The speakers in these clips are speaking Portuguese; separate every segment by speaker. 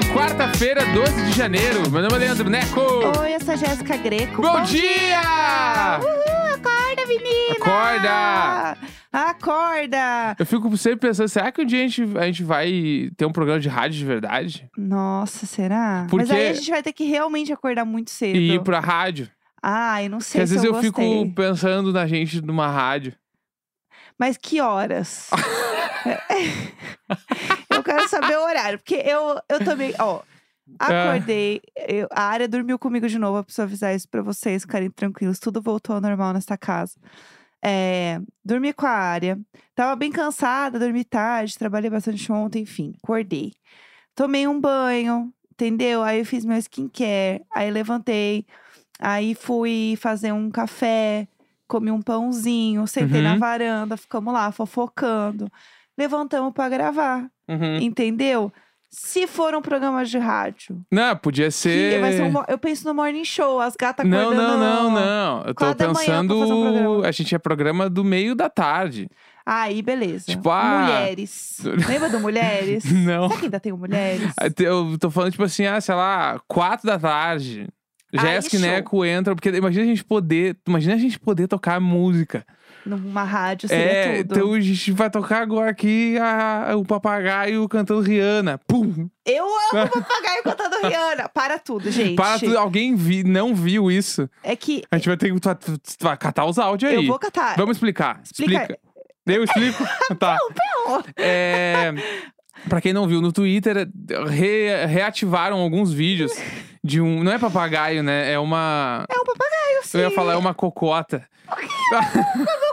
Speaker 1: um quarta-feira, 12 de janeiro. Meu nome é Leandro Neco.
Speaker 2: Oi, eu sou a Jéssica Greco.
Speaker 1: Bom dia!
Speaker 2: Uhul, acorda, menina!
Speaker 1: Acorda!
Speaker 2: Acorda!
Speaker 1: Eu fico sempre pensando, será que um dia a gente, a gente vai ter um programa de rádio de verdade?
Speaker 2: Nossa, será? Mas
Speaker 1: Porque-
Speaker 2: aí a gente vai ter que realmente acordar muito cedo.
Speaker 1: E ir pra rádio?
Speaker 2: Ah, eu não sei
Speaker 1: Porque às
Speaker 2: se
Speaker 1: vezes
Speaker 2: eu
Speaker 1: eu,
Speaker 2: gostei.
Speaker 1: fico pensando na gente numa rádio.
Speaker 2: Mas que horas? eu quero saber o horário, porque eu, eu também, ó.
Speaker 1: Ah.
Speaker 2: Acordei, eu- a área dormiu comigo de novo. Eu preciso avisar isso pra vocês ficarem tranquilos. Tudo voltou ao normal nesta casa. É, dormi com a área. Tava bem cansada, dormi tarde, trabalhei bastante ontem, enfim, acordei. Tomei um banho, entendeu? Aí eu fiz meu skincare, aí levantei, aí fui fazer um café, comi um pãozinho, sentei na
Speaker 1: Uhum.
Speaker 2: varanda, ficamos lá fofocando. Levantamos pra gravar,
Speaker 1: Uhum.
Speaker 2: entendeu? Se for um programa de rádio,
Speaker 1: Não, podia
Speaker 2: que
Speaker 1: ser.
Speaker 2: vai ser um mo- eu penso no morning show, as gatas
Speaker 1: Não,
Speaker 2: acordando.
Speaker 1: não, não, não. Eu tô
Speaker 2: Quatro da manhã pra
Speaker 1: pensando.
Speaker 2: fazer um programa.
Speaker 1: a gente é programa do meio da tarde.
Speaker 2: Aí, beleza.
Speaker 1: Tipo, ah,
Speaker 2: Mulheres. Lembra do Mulheres?
Speaker 1: Não.
Speaker 2: Será que ainda tem o Mulheres?
Speaker 1: Eu tô falando, tipo assim, ah, sei lá, quatro da tarde.
Speaker 2: Aí,
Speaker 1: Jéssica e
Speaker 2: show.
Speaker 1: Neco entram, porque imagina a gente poder. Imagina a gente poder tocar música.
Speaker 2: Numa rádio seria
Speaker 1: é,
Speaker 2: tudo.
Speaker 1: então a gente vai tocar agora aqui a- o papagaio cantando Rihanna. Pum!
Speaker 2: Eu amo o papagaio cantando Rihanna. Para tudo, gente.
Speaker 1: Para tudo, alguém vi, não viu isso.
Speaker 2: É que
Speaker 1: A gente vai ter que tu- tu- tu- vai catar os áudios aí.
Speaker 2: eu vou catar.
Speaker 1: Vamos explicar.
Speaker 2: Ah, Explica.
Speaker 1: Eu explico. tá.
Speaker 2: Não.
Speaker 1: É, pra quem não viu, no Twitter re- reativaram alguns vídeos de um. Não é papagaio, né? É uma.
Speaker 2: É um papagaio, sim.
Speaker 1: Eu ia falar, é uma cocota.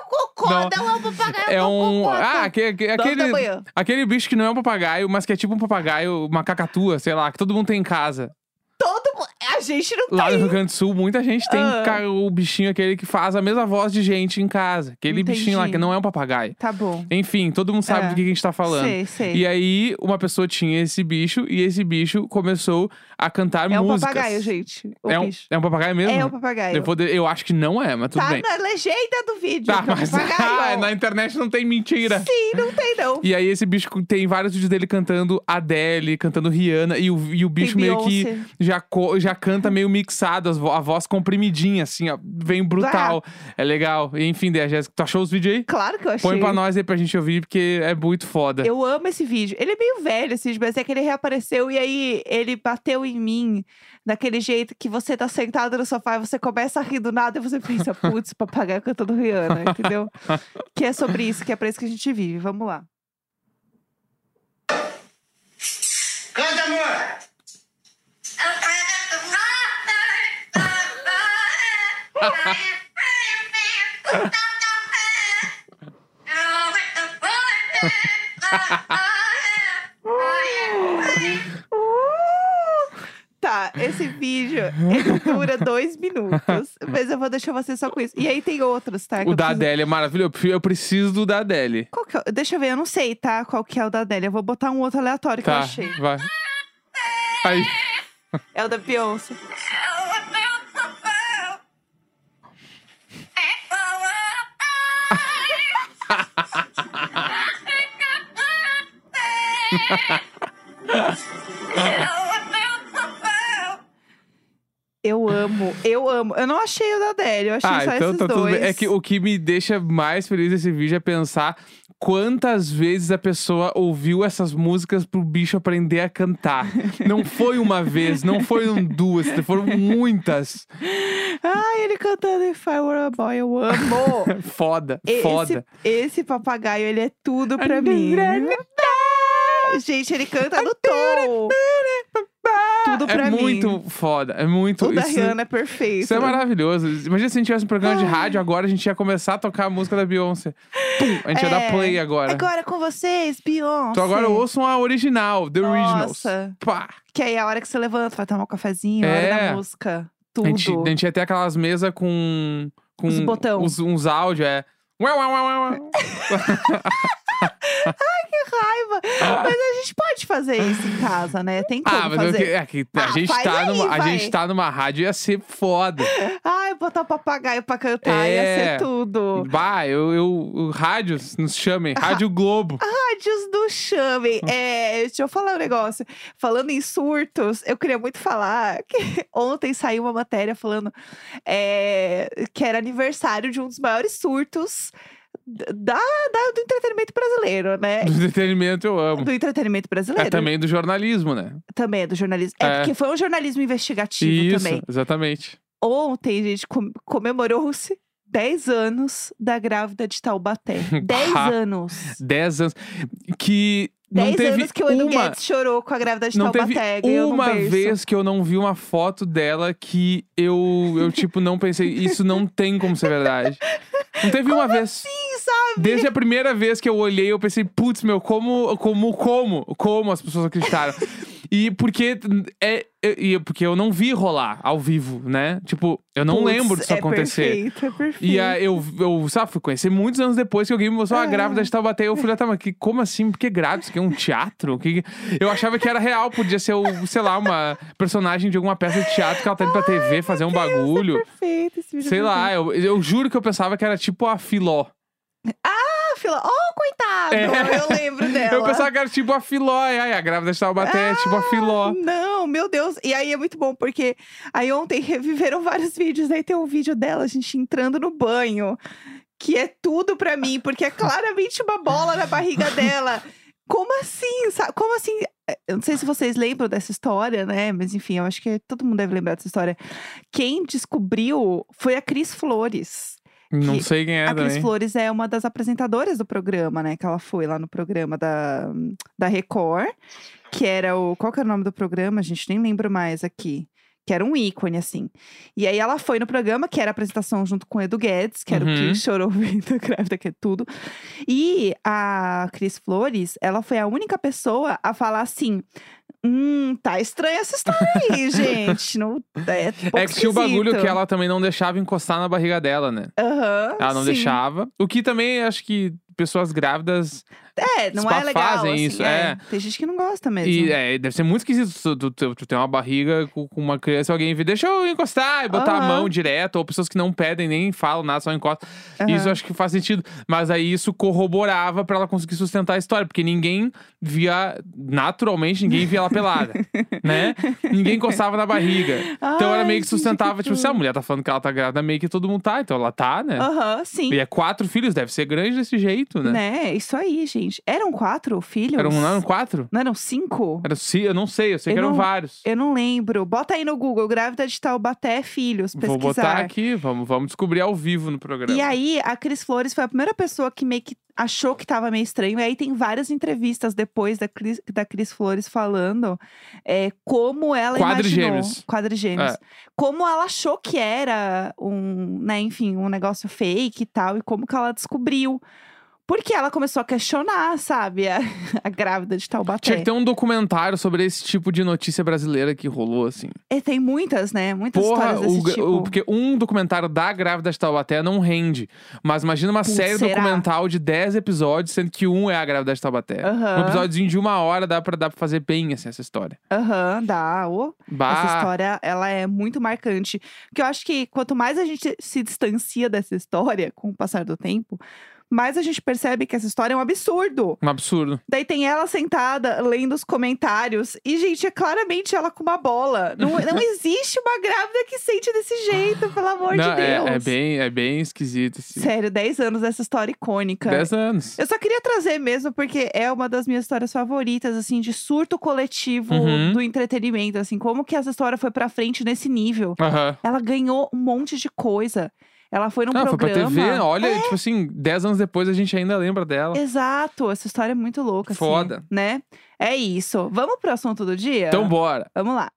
Speaker 2: cocô,
Speaker 1: Não.
Speaker 2: não é um papagaio.
Speaker 1: É um.
Speaker 2: cocota.
Speaker 1: Ah, aque- aque-
Speaker 2: Dono da
Speaker 1: aquele,
Speaker 2: manhã.
Speaker 1: aquele bicho que não é um papagaio, mas que é tipo um papagaio, uma cacatua, sei lá, que todo mundo tem em casa.
Speaker 2: Todo mundo. É, A gente não
Speaker 1: Lá no
Speaker 2: tem.
Speaker 1: Rio Grande do Sul, muita gente tem
Speaker 2: Tá Ah.
Speaker 1: ca- o bichinho aquele que faz a mesma voz de gente em casa. Aquele
Speaker 2: Entendi.
Speaker 1: bichinho lá que não é um papagaio.
Speaker 2: Tá bom.
Speaker 1: Enfim, todo mundo sabe
Speaker 2: É.
Speaker 1: do que que a gente tá falando.
Speaker 2: Sei, sei.
Speaker 1: E aí, uma pessoa tinha esse bicho e esse bicho começou a cantar
Speaker 2: é um
Speaker 1: músicas.
Speaker 2: papagaio, gente. O
Speaker 1: é, um,
Speaker 2: bicho.
Speaker 1: é um papagaio mesmo?
Speaker 2: É um papagaio.
Speaker 1: Eu, vou de- eu acho que não é, mas tudo
Speaker 2: tá
Speaker 1: bem.
Speaker 2: na legenda do vídeo.
Speaker 1: Tá,
Speaker 2: que é um
Speaker 1: mas
Speaker 2: papagaio.
Speaker 1: na internet não tem mentira.
Speaker 2: Sim, não tem, não.
Speaker 1: E aí, esse bicho tem vários vídeos dele cantando Adele, cantando Rihanna, e o, e o bicho meio que
Speaker 2: Beyoncé.
Speaker 1: já, co- já canta meio mixado, as vo- a voz comprimidinha, assim, ó, vem brutal. É legal. E, enfim, daí, a Jéssica, tu achou os vídeos aí?
Speaker 2: Claro que eu Ah. achei.
Speaker 1: Põe pra nós aí pra gente ouvir, porque é muito foda.
Speaker 2: Eu amo esse vídeo. Ele é meio velho, esse vídeo, mas é que ele reapareceu e aí ele bateu em mim daquele jeito que você tá sentado no sofá e você começa a rir do nada e você pensa, putz, papagaio cantando Rihanna, entendeu? que é sobre isso, que é pra isso que a gente vive. Vamos lá.
Speaker 3: Canta, amor!
Speaker 2: Tá, esse vídeo ele dura dois minutos, mas eu vou deixar você só com isso. E aí tem outros, tá? que
Speaker 1: O
Speaker 2: eu
Speaker 1: da
Speaker 2: preciso-
Speaker 1: Adele é maravilhoso. Eu prefiro- Eu preciso do da Adele.
Speaker 2: Qual que é? Deixa eu ver, eu não sei, tá? Qual que é o da Adélia. Eu vou botar um outro aleatório que eu
Speaker 1: Tá,
Speaker 2: achei.
Speaker 1: vai. Aí.
Speaker 2: É o da Beyoncé. Eu amo, eu amo. Eu não achei o da Adélia, eu achei
Speaker 1: Ah,
Speaker 2: só
Speaker 1: então
Speaker 2: esses
Speaker 1: tá tudo
Speaker 2: dois.
Speaker 1: bem. É que o que me deixa mais feliz desse vídeo é pensar quantas vezes a pessoa ouviu essas músicas pro bicho aprender a cantar. Não foi uma vez, não foram duas, foram muitas.
Speaker 2: Ai, ele cantando If I Were a Boy, eu amo.
Speaker 1: Foda,
Speaker 2: Esse-
Speaker 1: foda.
Speaker 2: Esse papagaio, ele é tudo pra mim. Gente, ele canta no tom. Tudo pra
Speaker 1: é
Speaker 2: mim.
Speaker 1: muito foda, é muito.
Speaker 2: O da
Speaker 1: isso,
Speaker 2: Rihanna é perfeito.
Speaker 1: isso é maravilhoso. Imagina se a gente tivesse um programa de rádio agora, a gente ia começar a tocar a música da Beyoncé. Pum, a gente ia
Speaker 2: É.
Speaker 1: dar play agora.
Speaker 2: Agora com vocês, Beyoncé.
Speaker 1: Então agora ouçam a original, The Originals.
Speaker 2: Nossa.
Speaker 1: Pá.
Speaker 2: Que aí é a hora que você levanta, vai tomar um cafezinho, a hora
Speaker 1: É.
Speaker 2: da música.
Speaker 1: A
Speaker 2: Tudo.
Speaker 1: gente, a gente ia ter aquelas mesas com. com
Speaker 2: Os botão. É,
Speaker 1: Uns, uns áudios, é. Ué, ué, ué, ué, ué.
Speaker 2: raiva. Mas a gente pode fazer isso em casa, né? Tem como
Speaker 1: Ah, mas eu
Speaker 2: fazer.
Speaker 1: que- é que a,
Speaker 2: Ah,
Speaker 1: gente
Speaker 2: faz
Speaker 1: tá
Speaker 2: aí,
Speaker 1: numa, a
Speaker 2: vai. É.
Speaker 1: gente tá numa rádio ia ser foda.
Speaker 2: Ai, botar o papagaio pra cantar ia
Speaker 1: É.
Speaker 2: ser tudo.
Speaker 1: Bah, eu, eu. o Rádio, nos chamem. Rádio Globo.
Speaker 2: Rádios do Chame. É, deixa eu falar um negócio. Falando em surtos, eu queria muito falar que ontem saiu uma matéria falando é, que era aniversário de um dos maiores surtos da, da- do entretenimento brasileiro, né?
Speaker 1: Do entretenimento eu amo.
Speaker 2: Do entretenimento brasileiro.
Speaker 1: É também do jornalismo, né?
Speaker 2: Também é do jornalismo. É,
Speaker 1: É.
Speaker 2: porque foi um jornalismo investigativo
Speaker 1: Isso,
Speaker 2: também.
Speaker 1: exatamente.
Speaker 2: Ontem, gente, com- comemorou-se 10 anos da grávida de Taubaté. 10
Speaker 1: Bah.
Speaker 2: anos.
Speaker 1: Dez anos. Que. não
Speaker 2: 10
Speaker 1: teve
Speaker 2: anos que o Edu
Speaker 1: uma...
Speaker 2: Guedes chorou com a grávida de
Speaker 1: Não teve
Speaker 2: Taubaté. ganhou no
Speaker 1: uma
Speaker 2: berço.
Speaker 1: vez que eu não vi uma foto dela que eu, eu tipo, não pensei, isso não tem como ser verdade. Não teve uma vez.
Speaker 2: Sim, assim, sabe?
Speaker 1: Desde a primeira vez que eu olhei, eu pensei, putz, meu, como, como, como, como as pessoas acreditaram. E porque é, é- e porque eu não vi rolar ao vivo, né? Tipo, eu não
Speaker 2: Putz,
Speaker 1: lembro disso
Speaker 2: é
Speaker 1: acontecer.
Speaker 2: Perfeito, é perfeito.
Speaker 1: E aí eu, eu, sabe, fui conhecer muitos anos depois que alguém me mostrou uma
Speaker 2: Ah.
Speaker 1: grávida de Taubaté. Eu falei, ah, tá, mas que, como assim? Por que grávida? Isso aqui é um teatro? Que, eu achava que era real, podia ser, o, sei lá, uma personagem de alguma peça de teatro que ela tá indo pra TV fazer um bagulho.
Speaker 2: é Perfeito esse vídeo.
Speaker 1: Sei lá, eu, eu juro que eu pensava que era tipo a Filó.
Speaker 2: Ah, fila. Oh, coitado!
Speaker 1: É.
Speaker 2: Eu lembro dela.
Speaker 1: Eu pensava que era tipo a Filó. E aí, a grávida de Taubaté é tipo a Filó.
Speaker 2: Não, meu Deus. E aí é muito bom, porque aí ontem reviveram vários vídeos. Aí tem um vídeo dela, a gente entrando no banho, que é tudo pra mim, porque é claramente uma bola na barriga dela. Como assim? sa- Como assim? Eh, Eu não sei se vocês lembram dessa história, né? Mas enfim, eu acho que todo mundo deve lembrar dessa história. Quem descobriu foi a Cris Flores.
Speaker 1: Não
Speaker 2: Que-
Speaker 1: sei quem é
Speaker 2: A Cris
Speaker 1: também.
Speaker 2: Flores é uma das apresentadoras do programa, né? Que ela foi lá no programa da, da Record, que era o. Qual que era o nome do programa? A gente nem lembra mais aqui. Que era um ícone, assim. E aí ela foi no programa, que era a apresentação junto com o Edu Guedes, que era o
Speaker 1: Uhum.
Speaker 2: que chorou vindo grávida, que é tudo. E a Cris Flores, ela foi a única pessoa a falar assim. Hum, tá estranha essa história aí, gente. Não, é, pouco
Speaker 1: É que tinha o bagulho
Speaker 2: esquisito."
Speaker 1: que ela também não deixava encostar na barriga dela, né?
Speaker 2: Aham,
Speaker 1: Ela não
Speaker 2: sim.
Speaker 1: deixava. O que também acho que pessoas grávidas
Speaker 2: É, não é
Speaker 1: Spa
Speaker 2: legal.
Speaker 1: fazem
Speaker 2: assim,
Speaker 1: isso, é.
Speaker 2: Tem gente que não gosta mesmo.
Speaker 1: E é, deve ser muito esquisito tu, tu, tu- tu ter uma barriga com, com uma criança e alguém vê, deixa eu encostar e botar a
Speaker 2: Aham.
Speaker 1: mão direto, ou pessoas que não pedem, nem falam nada, só encostam.
Speaker 2: Aham.
Speaker 1: Isso eu acho que faz sentido. Mas aí isso corroborava pra ela conseguir sustentar a história, porque ninguém via, naturalmente, ninguém via ela pelada, né? Ninguém encostava na barriga. Então era
Speaker 2: Ai,
Speaker 1: meio que
Speaker 2: gente,
Speaker 1: sustentava, tipo, se a
Speaker 2: tudo.
Speaker 1: mulher tá falando que ela tá grávida, meio que todo mundo tá, então ela tá, né?
Speaker 2: Aham, sim.
Speaker 1: E é quatro filhos, deve ser grande desse jeito, né?
Speaker 2: Né? Isso aí, gente. Eram quatro filhos?
Speaker 1: Eram, um, não eram quatro?
Speaker 2: Não eram cinco?
Speaker 1: Era, ci- eu não sei, eu sei
Speaker 2: Eu
Speaker 1: que eram
Speaker 2: não-
Speaker 1: vários.
Speaker 2: Eu não lembro. Bota aí no Google, grávida de Taubaté, filhos, pesquisar.
Speaker 1: Vou botar aqui, vamos, vamos descobrir ao vivo no programa.
Speaker 2: E aí, a Cris Flores foi a primeira pessoa que meio que achou que tava meio estranho. E aí tem várias entrevistas depois da Cris, da Cris Flores falando é, como ela imaginou...
Speaker 1: Quadrigêmeos.
Speaker 2: Quadrigêmeos.
Speaker 1: É.
Speaker 2: Como ela achou que era um, né, enfim, um negócio fake e tal. E como que ela descobriu. Porque ela começou a questionar, sabe? A, a grávida de Taubaté.
Speaker 1: Tinha que ter um documentário sobre esse tipo de notícia brasileira que rolou, assim.
Speaker 2: E tem muitas, né? Muitas
Speaker 1: Porra,
Speaker 2: histórias desse
Speaker 1: o, gra-
Speaker 2: tipo.
Speaker 1: o- porque um documentário da grávida de Taubaté não rende. Mas imagina uma
Speaker 2: Putz,
Speaker 1: série
Speaker 2: será?
Speaker 1: documental de 10 episódios, sendo que um é a grávida de Taubaté.
Speaker 2: Aham.
Speaker 1: Um episódiozinho de uma hora dá pra, dá pra fazer bem, assim, essa história.
Speaker 2: Aham, dá. ô. Essa
Speaker 1: Bah,
Speaker 2: história, ela é muito marcante. Porque eu acho que quanto mais a gente se distancia dessa história com o passar do tempo, mais a gente percebe que essa história é um absurdo.
Speaker 1: um absurdo.
Speaker 2: Daí tem ela sentada lendo os comentários. E, gente, é claramente ela com uma bola. Não, não existe uma grávida que sente desse jeito, pelo amor
Speaker 1: Não,
Speaker 2: de Deus.
Speaker 1: é, é bem, é bem esquisito, assim.
Speaker 2: Sério, 10 anos dessa história icônica.
Speaker 1: 10 anos.
Speaker 2: Eu só queria trazer mesmo, porque é uma das minhas histórias favoritas, assim, de surto coletivo
Speaker 1: Uhum.
Speaker 2: do entretenimento. Assim, como que essa história foi pra frente nesse nível?
Speaker 1: Aham.
Speaker 2: Ela ganhou um monte de coisa. Ela foi num
Speaker 1: Ah, foi pra
Speaker 2: um programa. É.
Speaker 1: TV, olha, tipo assim, 10 anos depois a gente ainda lembra dela.
Speaker 2: Exato, essa história é muito louca, assim,
Speaker 1: Foda.
Speaker 2: né? É isso. Vamos pro assunto do dia?
Speaker 1: Então bora.
Speaker 2: Vamos lá.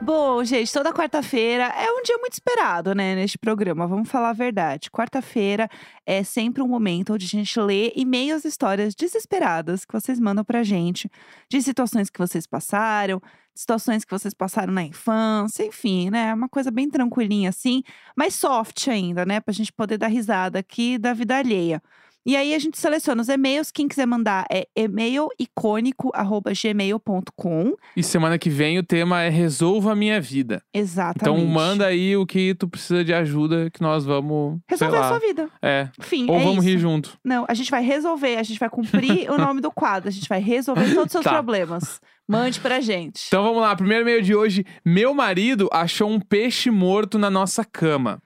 Speaker 2: Bom, gente, toda quarta-feira é um dia muito esperado, né, neste programa, vamos falar a verdade. Quarta-feira é sempre um momento onde a gente lê e-mails e histórias desesperadas que vocês mandam pra gente, de situações que vocês passaram, de situações que vocês passaram na infância, enfim, né, uma coisa bem tranquilinha assim, mas soft ainda, né, pra gente poder dar risada aqui da vida alheia. E aí a gente seleciona os e-mails, quem quiser mandar é e-mailicônico@gmail.com.
Speaker 1: E semana que vem o tema é Resolva a Minha Vida. Então
Speaker 2: Exatamente.
Speaker 1: manda aí o que tu precisa de ajuda que nós vamos.
Speaker 2: Resolver
Speaker 1: sei lá,
Speaker 2: a sua vida.
Speaker 1: É.
Speaker 2: Enfim,
Speaker 1: Ou
Speaker 2: é
Speaker 1: vamos
Speaker 2: isso.
Speaker 1: rir junto.
Speaker 2: Não, a gente vai resolver, a gente vai cumprir o nome do quadro, a gente vai resolver todos os seus
Speaker 1: Tá.
Speaker 2: problemas. Mande pra gente.
Speaker 1: Então vamos lá, primeiro e-mail de hoje. Meu marido achou um peixe morto na nossa cama.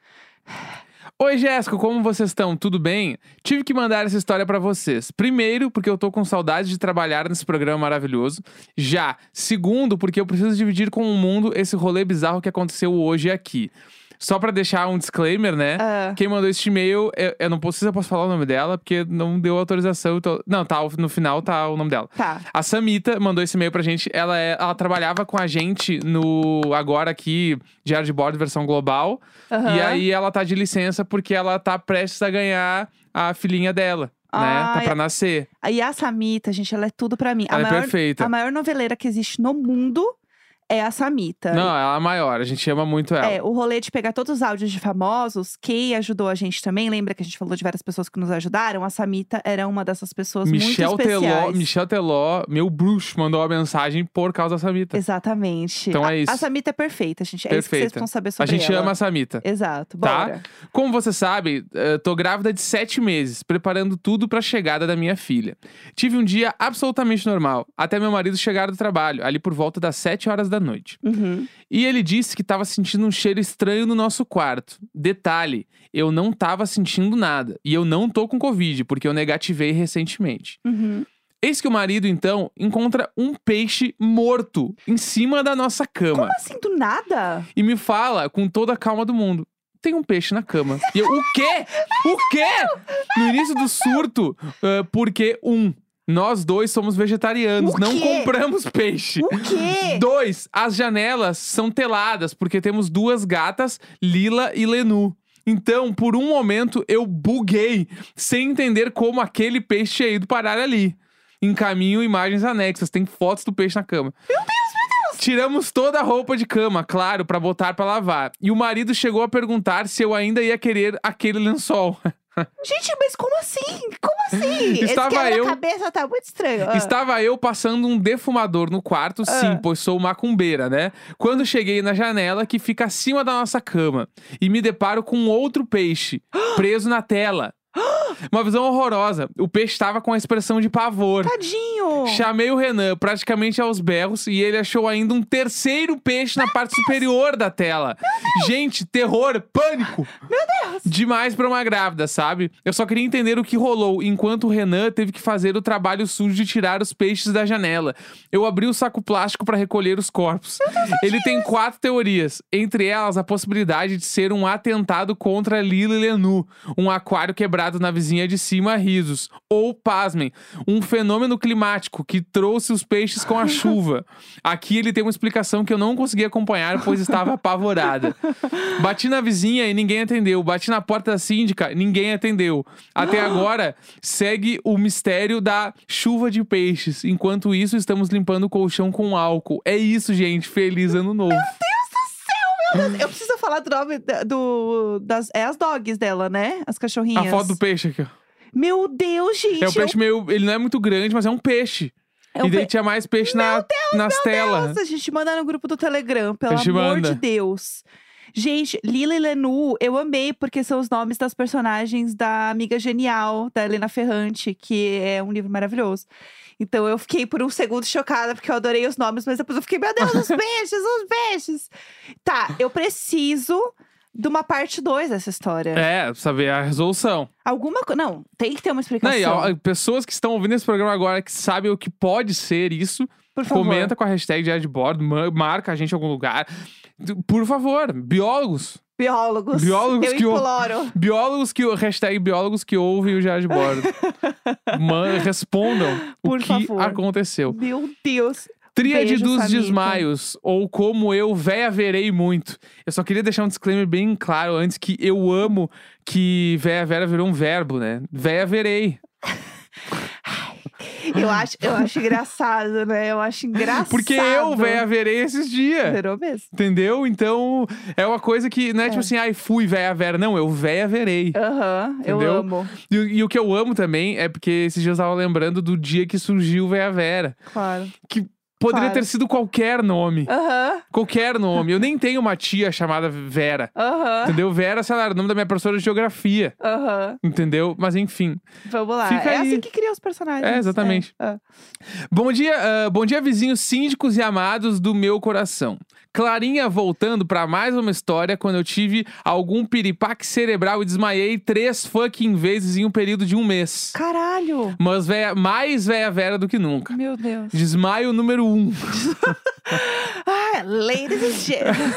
Speaker 1: Oi, Jéssica, como vocês estão? Tudo bem? Tive que mandar essa história pra vocês. Primeiro, porque eu tô com saudade de trabalhar nesse programa maravilhoso. Já. Segundo, porque eu preciso dividir com o mundo esse rolê bizarro que aconteceu hoje aqui. Só pra deixar um disclaimer, né?
Speaker 2: Ah,
Speaker 1: Quem mandou este e-mail, eu, eu não posso, se eu posso falar o nome dela, porque não deu autorização. então- Não, tá, no final tá o nome dela.
Speaker 2: tá.
Speaker 1: A Samita mandou esse e-mail pra gente. Ela, é- ela trabalhava com a gente no agora aqui, Diário de Bordo, versão global.
Speaker 2: Aham.
Speaker 1: E aí ela tá de licença porque ela tá prestes a ganhar a filhinha dela. né? Tá
Speaker 2: Ai.
Speaker 1: pra nascer.
Speaker 2: Aí a Samita, gente, ela é tudo pra mim. Ah, é A
Speaker 1: ela
Speaker 2: maior,
Speaker 1: é perfeita.
Speaker 2: a maior noveleira que existe no mundo é a Samita.
Speaker 1: Não, ela é a maior. A gente ama muito ela.
Speaker 2: É, o rolê de pegar todos os áudios de famosos, que ajudou a gente também. Lembra que a gente falou de várias pessoas que nos ajudaram? A Samita era uma dessas pessoas
Speaker 1: Michel
Speaker 2: muito especiais.
Speaker 1: Teló, Michel Teló, meu bruxo, mandou uma mensagem por causa da Samita.
Speaker 2: Exatamente.
Speaker 1: Então é
Speaker 2: A- A
Speaker 1: isso.
Speaker 2: Samita é perfeita, gente. É isso que vocês
Speaker 1: Perfeita.
Speaker 2: vão saber
Speaker 1: A
Speaker 2: sobre
Speaker 1: gente
Speaker 2: ela.
Speaker 1: ama a Samita.
Speaker 2: Exato,
Speaker 1: Tá?
Speaker 2: bora.
Speaker 1: Como vocês sabem, eh, tô grávida de sete meses, preparando tudo pra chegada da minha filha. Tive um dia absolutamente normal, até meu marido chegar do trabalho, ali por volta das 7 horas da noite.
Speaker 2: Uhum.
Speaker 1: E ele disse que tava sentindo um cheiro estranho no nosso quarto. Detalhe, eu não tava sentindo nada. E eu não tô com Covid, porque eu negativei recentemente.
Speaker 2: Uhum.
Speaker 1: Eis que o marido, então, encontra um peixe morto em cima da nossa cama.
Speaker 2: Como assim, do nada?
Speaker 1: e me fala com toda a calma do mundo. Tem um peixe na cama. E eu, o quê? O quê? No início do surto, ah, porque um, nós dois somos vegetarianos,
Speaker 2: O
Speaker 1: não
Speaker 2: quê?
Speaker 1: compramos peixe.
Speaker 2: O quê?
Speaker 1: Dois, as janelas são teladas, porque temos duas gatas, Lila e Lenu. Então, por um momento, eu buguei, sem entender como aquele peixe tinha ido parar ali. Encaminho imagens anexas, tem fotos do peixe na cama. Meu Deus, meu Deus! Tiramos toda a roupa de cama, claro, pra botar pra lavar. E o marido chegou a perguntar se eu ainda ia querer aquele lençol.
Speaker 2: Gente, mas como assim? Como assim?
Speaker 1: Estava
Speaker 2: Esse
Speaker 1: eu-
Speaker 2: cabeça tá muito estranho. Ah.
Speaker 1: Estava eu passando um defumador no quarto, sim, pois sou macumbeira, né? Quando cheguei na janela que fica acima da nossa cama e me deparo com outro peixe preso na tela. Uma visão horrorosa. O peixe estava com a expressão de
Speaker 2: Tá
Speaker 1: pavor.
Speaker 2: Tadinho.
Speaker 1: Chamei o Renan praticamente aos berros e ele achou ainda um terceiro peixe na parte superior da tela. Gente, terror, pânico. Meu Deus. Demais pra uma grávida, sabe? Eu só queria entender o que rolou enquanto o Renan teve que fazer o trabalho sujo de tirar os peixes da janela. Eu abri o saco plástico pra recolher os corpos. Ele tem quatro teorias, entre elas a possibilidade de ser um atentado contra Lila e Lenu, um aquário quebrado na vizinha de cima, risos, ou pasmem, um fenômeno climático que trouxe os peixes com a chuva. Aqui ele tem uma explicação que eu não consegui acompanhar, pois estava apavorada. Bati na vizinha e ninguém atendeu. Bati na porta da síndica, ninguém atendeu. Até agora, segue o mistério da chuva de peixes. Enquanto isso, estamos limpando o colchão com álcool. É isso, gente. Feliz ano novo.
Speaker 2: Eu preciso falar do nome da- do. Das, é as dogs dela, né? As cachorrinhas.
Speaker 1: A foto do peixe aqui. ó.
Speaker 2: Meu Deus, gente.
Speaker 1: É um peixe meio. Ele não é muito grande, mas é um peixe.
Speaker 2: É um
Speaker 1: e daí
Speaker 2: pe-
Speaker 1: tinha mais peixe na, nas telas.
Speaker 2: Nossa, a gente manda no grupo do Telegram, pelo
Speaker 1: A gente
Speaker 2: amor
Speaker 1: manda.
Speaker 2: de Deus. Gente, Lila e Lenu, eu amei porque são os nomes das personagens da Amiga Genial, da Helena Ferrante, que é um livro maravilhoso. Então eu fiquei por um segundo chocada, porque eu adorei os nomes, mas depois eu fiquei, meu Deus, os peixes, os peixes. Tá, eu preciso de uma parte 2 dessa história.
Speaker 1: É, pra saber a resolução.
Speaker 2: Alguma coisa. Não, tem que ter uma
Speaker 1: Não, e,
Speaker 2: explicação.
Speaker 1: ó, pessoas que estão ouvindo esse programa agora que sabem o que pode ser isso,
Speaker 2: por favor.
Speaker 1: comenta com a hashtag Diário de Bordo, ma- marca a gente em algum lugar. Por favor, biólogos.
Speaker 2: Biólogos.
Speaker 1: Biólogos
Speaker 2: eu
Speaker 1: que o-
Speaker 2: imploro.
Speaker 1: Biólogos que. Hashtag biólogos que ouvem o Diário de Bordo. Man, respondam
Speaker 2: Por
Speaker 1: o que
Speaker 2: favor.
Speaker 1: aconteceu.
Speaker 2: Meu Deus.
Speaker 1: Tríade
Speaker 2: Beijo,
Speaker 1: dos
Speaker 2: Samita.
Speaker 1: Desmaios, ou como eu véia verei muito. Eu só queria deixar um disclaimer bem claro antes que eu amo que véia vera virou um verbo, né? Véia verei.
Speaker 2: Eu acho, eu acho engraçado, né? Eu acho engraçado.
Speaker 1: Porque eu véia verei esses dias.
Speaker 2: Virou mesmo.
Speaker 1: Entendeu? Então, é uma coisa que não é, tipo assim, ai, fui véia vera. Não, eu véia verei.
Speaker 2: Aham,
Speaker 1: Entendeu?
Speaker 2: eu amo.
Speaker 1: E, o- e o que eu amo também é porque esses dias eu tava lembrando do dia que surgiu véia vera.
Speaker 2: Claro.
Speaker 1: Poderia
Speaker 2: Claro.
Speaker 1: ter sido qualquer nome.
Speaker 2: Aham,
Speaker 1: Qualquer nome. Eu nem tenho uma tia chamada Vera.
Speaker 2: aham,
Speaker 1: Entendeu? Vera, sei lá, era o nome da minha professora de geografia.
Speaker 2: aham.
Speaker 1: Entendeu? Mas enfim.
Speaker 2: Vamos lá.
Speaker 1: Fica
Speaker 2: é
Speaker 1: aí.
Speaker 2: assim que cria os personagens.
Speaker 1: É, exatamente.
Speaker 2: É. Ah.
Speaker 1: Bom dia, ah, bom dia, vizinhos síndicos e amados do meu coração. Clarinha voltando pra mais uma história quando eu tive algum piripaque cerebral e desmaiei três fucking vezes em um período de um mês.
Speaker 2: Caralho!
Speaker 1: Mas véia, mais véia vera do que nunca.
Speaker 2: Meu Deus.
Speaker 1: Desmaio número um.
Speaker 2: Ah, ladies and gentlemen.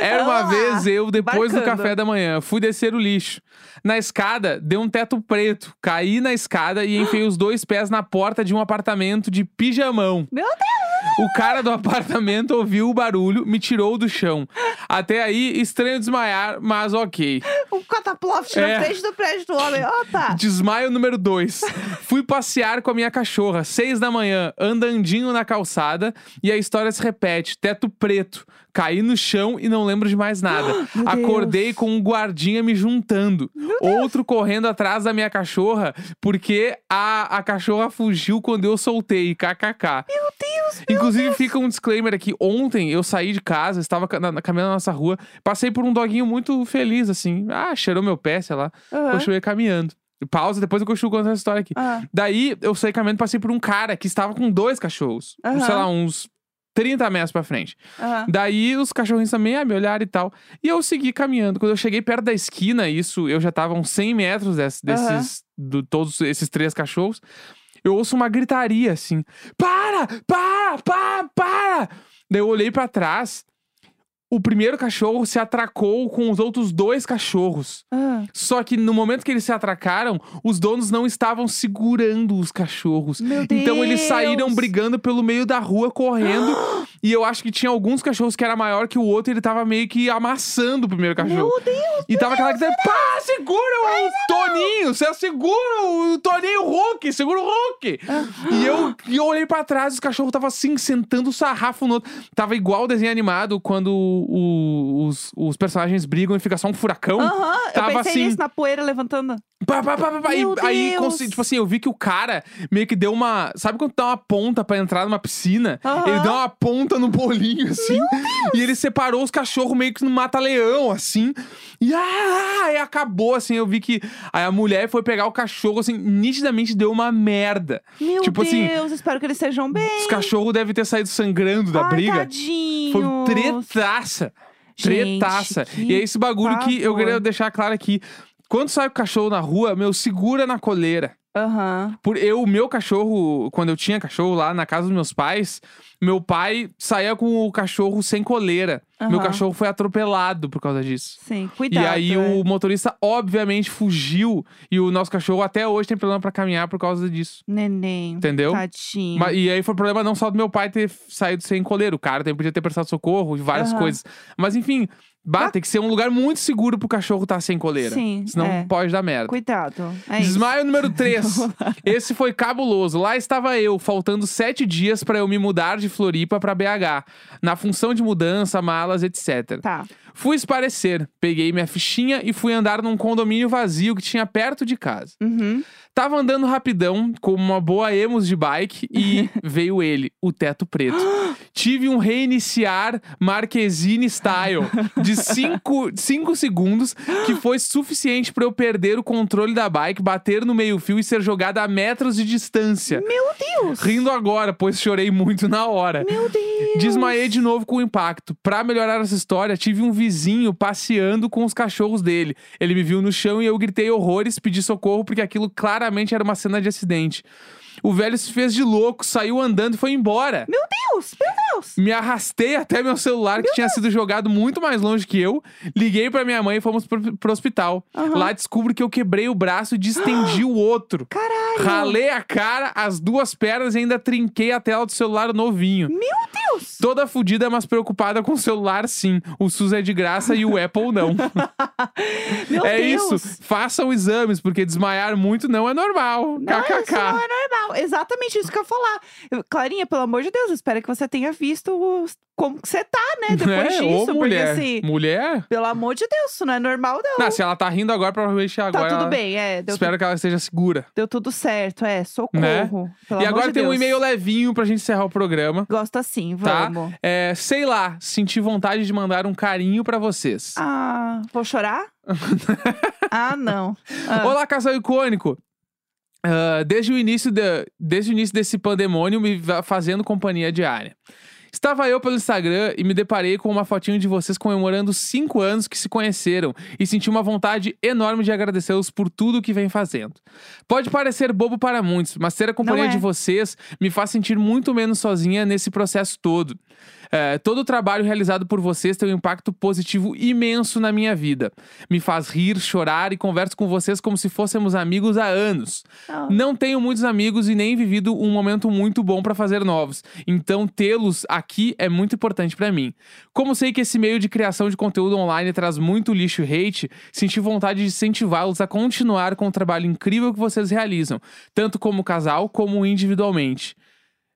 Speaker 1: Era uma
Speaker 2: Vamos lá.
Speaker 1: vez eu, depois do
Speaker 2: Marcando.
Speaker 1: café da manhã, fui descer o lixo. Na escada, deu um teto preto. Caí na escada e enfiei os dois pés na porta de um apartamento de pijamão.
Speaker 2: Meu Deus!
Speaker 1: O cara do apartamento ouviu o barulho, me tirou do chão. Até aí, estranho desmaiar, mas ok.
Speaker 2: Um cataploft na
Speaker 1: É.
Speaker 2: frente do prédio do homem. Ó, tá.
Speaker 1: Desmaio número 2. Fui passear com a minha cachorra, seis da manhã, andandinho na calçada, e a história se repete: teto preto. Caí no chão e não lembro de mais nada.
Speaker 2: Meu
Speaker 1: Acordei
Speaker 2: Deus.
Speaker 1: com um guardinha me juntando. Outro correndo atrás da minha cachorra, porque a, a cachorra fugiu quando eu soltei. KKK.
Speaker 2: Meu Deus!
Speaker 1: Inclusive, fica um disclaimer aqui. Ontem eu saí de casa, estava ca- na, na- caminhando na nossa rua, passei por um doguinho muito feliz, assim. Ah, cheirou meu pé, sei lá.
Speaker 2: Aham.
Speaker 1: Continuei caminhando. Pausa, depois eu continuo contando essa história aqui.
Speaker 2: Ah,
Speaker 1: Daí eu saí caminhando, passei por um cara que estava com dois cachorros. uns,
Speaker 2: Aham.
Speaker 1: Sei lá, uns 30 metros pra frente.
Speaker 2: ah.
Speaker 1: Daí os cachorrinhos também ah, me olharam e tal. E eu segui caminhando. Quando eu cheguei perto da esquina, isso, eu já tava uns 100 metros des-
Speaker 2: Aham.
Speaker 1: desses, do, todos esses três cachorros. Eu ouço uma gritaria assim: para, para, para, para. Daí eu olhei pra trás. O primeiro cachorro se atracou com os outros dois cachorros.
Speaker 2: ah.
Speaker 1: Só que no momento que eles se atracaram, os donos não estavam segurando os cachorros.
Speaker 2: Meu Deus!
Speaker 1: Então eles saíram brigando pelo meio da rua, correndo. e eu acho que tinha alguns cachorros que era maior que o outro, e ele tava meio que amassando o primeiro cachorro.
Speaker 2: Meu Deus!
Speaker 1: E tava aquela que pá, segura o Toninho, você segura o Toninho o Hulk, segura o Hulk. E eu, e eu olhei pra trás, os cachorros tava assim, sentando o sarrafo no outro. Tava igual o desenho animado quando o- os, os personagens brigam e fica só um furacão.
Speaker 2: Aham, eu
Speaker 1: Tava
Speaker 2: pensei
Speaker 1: assim.
Speaker 2: nisso na poeira levantando.
Speaker 1: Pá, pá, pá, pá, pá. E
Speaker 2: Meu
Speaker 1: aí,
Speaker 2: Deus.
Speaker 1: consegui- tipo assim, eu vi que o cara meio que deu uma. Sabe quando dá uma ponta pra entrar numa piscina?
Speaker 2: Aham.
Speaker 1: Ele deu uma ponta no bolinho, assim. E ele separou os cachorros meio que no mata-leão, assim. E ah, aí acabou, assim. Eu vi que aí a mulher foi pegar o cachorro, assim, nitidamente deu uma merda.
Speaker 2: Meu
Speaker 1: Tipo assim,
Speaker 2: Deus, espero que eles sejam bem.
Speaker 1: Os cachorros devem ter saído sangrando da
Speaker 2: Ai,
Speaker 1: briga.
Speaker 2: Ah, Tadinhos.
Speaker 1: Foi um tretaça.
Speaker 2: Gente,
Speaker 1: Tretaça.
Speaker 2: que
Speaker 1: E é esse bagulho que eu
Speaker 2: pavor.
Speaker 1: queria deixar claro aqui. Quando sai o cachorro na rua, meu, segura na coleira.
Speaker 2: Aham.
Speaker 1: Por eu, meu cachorro, quando eu tinha cachorro lá na casa dos meus pais, meu pai saía com o cachorro sem coleira. Meu
Speaker 2: Aham.
Speaker 1: cachorro foi atropelado por causa disso.
Speaker 2: Sim, cuidado.
Speaker 1: e aí
Speaker 2: né?
Speaker 1: o motorista obviamente fugiu e o nosso cachorro até hoje tem problema pra caminhar por causa disso,
Speaker 2: Neném.
Speaker 1: entendeu?
Speaker 2: Tadinho.
Speaker 1: Ma- e aí foi problema não só do meu pai ter saído sem coleira, o cara também podia ter prestado socorro e várias
Speaker 2: Aham.
Speaker 1: coisas. Mas enfim, bah,
Speaker 2: Mas-
Speaker 1: tem que ser um lugar muito seguro pro cachorro estar sem coleira.
Speaker 2: Sim,
Speaker 1: Senão
Speaker 2: é.
Speaker 1: pode dar merda.
Speaker 2: Cuidado. É isso.
Speaker 1: Desmaio número 3. Esse foi cabuloso. Lá estava eu, faltando sete dias para eu me mudar de Floripa para BH, na função de mudança, malas, etc.
Speaker 2: Tá.
Speaker 1: Fui esparecer, peguei minha fichinha e fui andar num condomínio vazio que tinha perto de casa.
Speaker 2: Uhum.
Speaker 1: Tava andando rapidão, com uma boa emos de bike, e veio ele, o teto preto. Tive um reiniciar Marquezine Style de 5 segundos, que foi suficiente pra eu perder o controle da bike, bater no meio-fio e ser jogada a metros de distância.
Speaker 2: Meu Deus.
Speaker 1: Rindo agora, pois chorei muito na hora.
Speaker 2: Meu Deus.
Speaker 1: Desmaiei de novo com o impacto. Pra melhorar essa história, tive um vizinho passeando com os cachorros dele. Ele me viu no chão e eu gritei horrores, pedi socorro, porque aquilo claramente era uma cena de acidente. O velho se fez de louco, saiu andando e foi embora.
Speaker 2: Meu Deus. Meu Deus!
Speaker 1: Me arrastei até meu celular, que tinha sido jogado muito mais longe que eu. Liguei pra minha mãe e fomos pro, pro hospital.
Speaker 2: Aham.
Speaker 1: Lá descubro que eu quebrei o braço e distendi o outro.
Speaker 2: Caralho!
Speaker 1: Ralei a cara, as duas pernas e ainda trinquei a tela do celular novinho.
Speaker 2: Meu Deus!
Speaker 1: Toda fudida, mas preocupada com o celular, sim. O SUS é de graça e o Apple não.
Speaker 2: Meu
Speaker 1: é
Speaker 2: Deus!
Speaker 1: isso. Façam exames, porque desmaiar muito não é normal.
Speaker 2: Não, isso não
Speaker 1: KKK.
Speaker 2: é normal. Exatamente isso que eu ia falar. Eu- Clarinha, pelo amor de Deus, eu espero que você tenha visto os- como que você tá, né? Depois
Speaker 1: É,
Speaker 2: disso.
Speaker 1: Ô, mulher.
Speaker 2: Porque assim,
Speaker 1: Mulher?
Speaker 2: pelo amor de Deus, isso não é normal, não.
Speaker 1: Não, se ela tá rindo agora, provavelmente
Speaker 2: tá
Speaker 1: agora.
Speaker 2: tudo
Speaker 1: ela-
Speaker 2: bem, é. Deu,
Speaker 1: Espero que ela esteja segura.
Speaker 2: deu tudo certo, é. Socorro.
Speaker 1: Né?
Speaker 2: Pelo
Speaker 1: e
Speaker 2: amor
Speaker 1: agora
Speaker 2: de
Speaker 1: tem um
Speaker 2: Deus.
Speaker 1: e-mail levinho pra gente encerrar o programa.
Speaker 2: Gosto assim,
Speaker 1: Tá?
Speaker 2: vamos.
Speaker 1: É, sei lá, senti vontade de mandar um carinho pra vocês.
Speaker 2: Ah, vou chorar? ah, não. Ah.
Speaker 1: Olá, casal icônico! Ah, desde, o início da- desde o início desse pandemônio, me va- fazendo companhia diária. Estava eu pelo Instagram e me deparei com uma fotinho de vocês comemorando cinco anos que se conheceram e senti uma vontade enorme de agradecê-los por tudo que vem fazendo. Pode parecer bobo para muitos, mas ter a companhia
Speaker 2: é.
Speaker 1: de vocês me faz sentir muito menos sozinha nesse processo todo. É, todo o trabalho realizado por vocês tem um impacto positivo imenso na minha vida. Me faz rir, chorar e converso com vocês como se fôssemos amigos há anos.
Speaker 2: Ah.
Speaker 1: Não tenho muitos amigos e nem vivido um momento muito bom para fazer novos. Então, tê-los aqui é muito importante para mim. Como sei que esse meio de criação de conteúdo online traz muito lixo e hate, senti vontade de incentivá-los a continuar com o trabalho incrível que vocês realizam, tanto como casal como individualmente.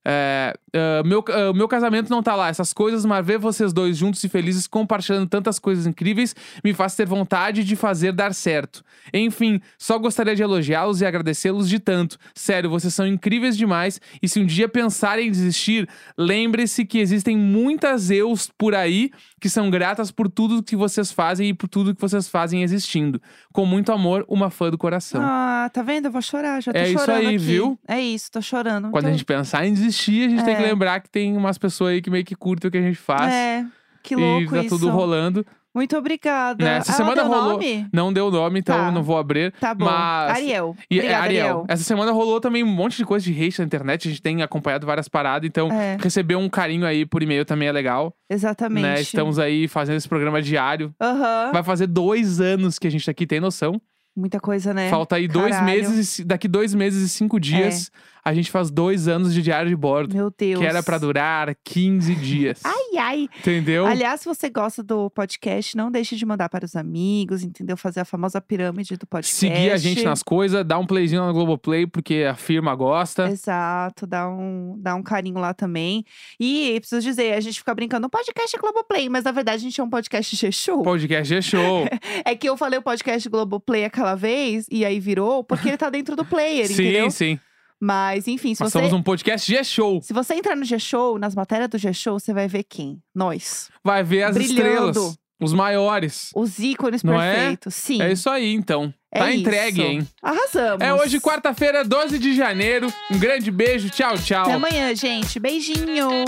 Speaker 1: É, ah, meu, ah, meu casamento não tá lá, essas coisas, mas ver vocês dois juntos e felizes compartilhando tantas coisas incríveis me faz ter vontade de fazer dar certo. Enfim, só gostaria de elogiá-los e agradecê-los de tanto. Sério, vocês são incríveis demais e se um dia pensarem em desistir, lembre-se que existem muitas eus por aí que são gratas por tudo que vocês fazem e por tudo que vocês fazem existindo. Com muito amor, uma fã do coração.
Speaker 2: Ah, tá vendo? Eu vou chorar, já tô
Speaker 1: Então. É isso
Speaker 2: chorando
Speaker 1: aí,
Speaker 2: aqui.
Speaker 1: viu?
Speaker 2: É isso, tô chorando.
Speaker 1: Quando a
Speaker 2: Então-
Speaker 1: gente pensar em desistir, a gente tem que lembrar que tem umas pessoas aí que meio que curtem o que a gente faz.
Speaker 2: É, que louco
Speaker 1: e tá
Speaker 2: isso.
Speaker 1: tudo rolando.
Speaker 2: Muito obrigada.
Speaker 1: Né, essa
Speaker 2: Ah,
Speaker 1: semana
Speaker 2: ela deu
Speaker 1: rolou-
Speaker 2: nome?
Speaker 1: Não deu nome, então
Speaker 2: Tá.
Speaker 1: eu não vou abrir.
Speaker 2: Tá bom.
Speaker 1: Mas-
Speaker 2: Ariel.
Speaker 1: E é
Speaker 2: Obrigada,
Speaker 1: Ariel, né,
Speaker 2: Ariel.
Speaker 1: essa semana rolou também um monte de coisa de hate na internet. A gente tem acompanhado várias paradas, então
Speaker 2: É.
Speaker 1: receber um carinho aí por e-mail também é legal.
Speaker 2: Exatamente.
Speaker 1: Né? Estamos aí fazendo esse programa diário.
Speaker 2: Aham.
Speaker 1: Vai fazer dois anos que a gente tá aqui, tem noção.
Speaker 2: Muita coisa, né?
Speaker 1: Falta aí dois
Speaker 2: Caralho. É.
Speaker 1: meses, e ci- daqui dois meses e cinco dias, a gente faz dois anos de diário de bordo.
Speaker 2: Meu Deus.
Speaker 1: Que era pra durar 15 dias.
Speaker 2: Ai, ai.
Speaker 1: Entendeu?
Speaker 2: Aliás, se você gosta do podcast, não deixe de mandar para os amigos, entendeu? Fazer a famosa pirâmide do podcast.
Speaker 1: Seguir a gente nas coisas, dar um playzinho lá no Globoplay, porque a firma gosta.
Speaker 2: Exato, dá um, dá um carinho lá também. E preciso dizer, a gente fica brincando, o podcast é Globoplay, mas na verdade a gente é um podcast G-Show.
Speaker 1: Podcast é show.
Speaker 2: É que eu falei o podcast Globoplay aquela vez, e aí virou, porque ele tá dentro do player,
Speaker 1: sim,
Speaker 2: entendeu?
Speaker 1: sim.
Speaker 2: Mas, enfim, se
Speaker 1: Nós
Speaker 2: você.
Speaker 1: somos um podcast de show.
Speaker 2: Se você entrar no G-Show, nas matérias do G-Show, você vai ver quem? Nós.
Speaker 1: Vai ver as
Speaker 2: Brilhando.
Speaker 1: estrelas, os maiores.
Speaker 2: Os ícones
Speaker 1: Não é?
Speaker 2: perfeitos. Sim.
Speaker 1: É isso aí, então.
Speaker 2: É
Speaker 1: tá entregue,
Speaker 2: isso.
Speaker 1: hein?
Speaker 2: Arrasamos.
Speaker 1: É hoje, quarta-feira, 12 de janeiro. Um grande beijo. Tchau, tchau.
Speaker 2: Até amanhã, gente. Beijinhos.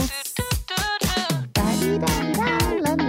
Speaker 4: Da-dee-da-da, la-da.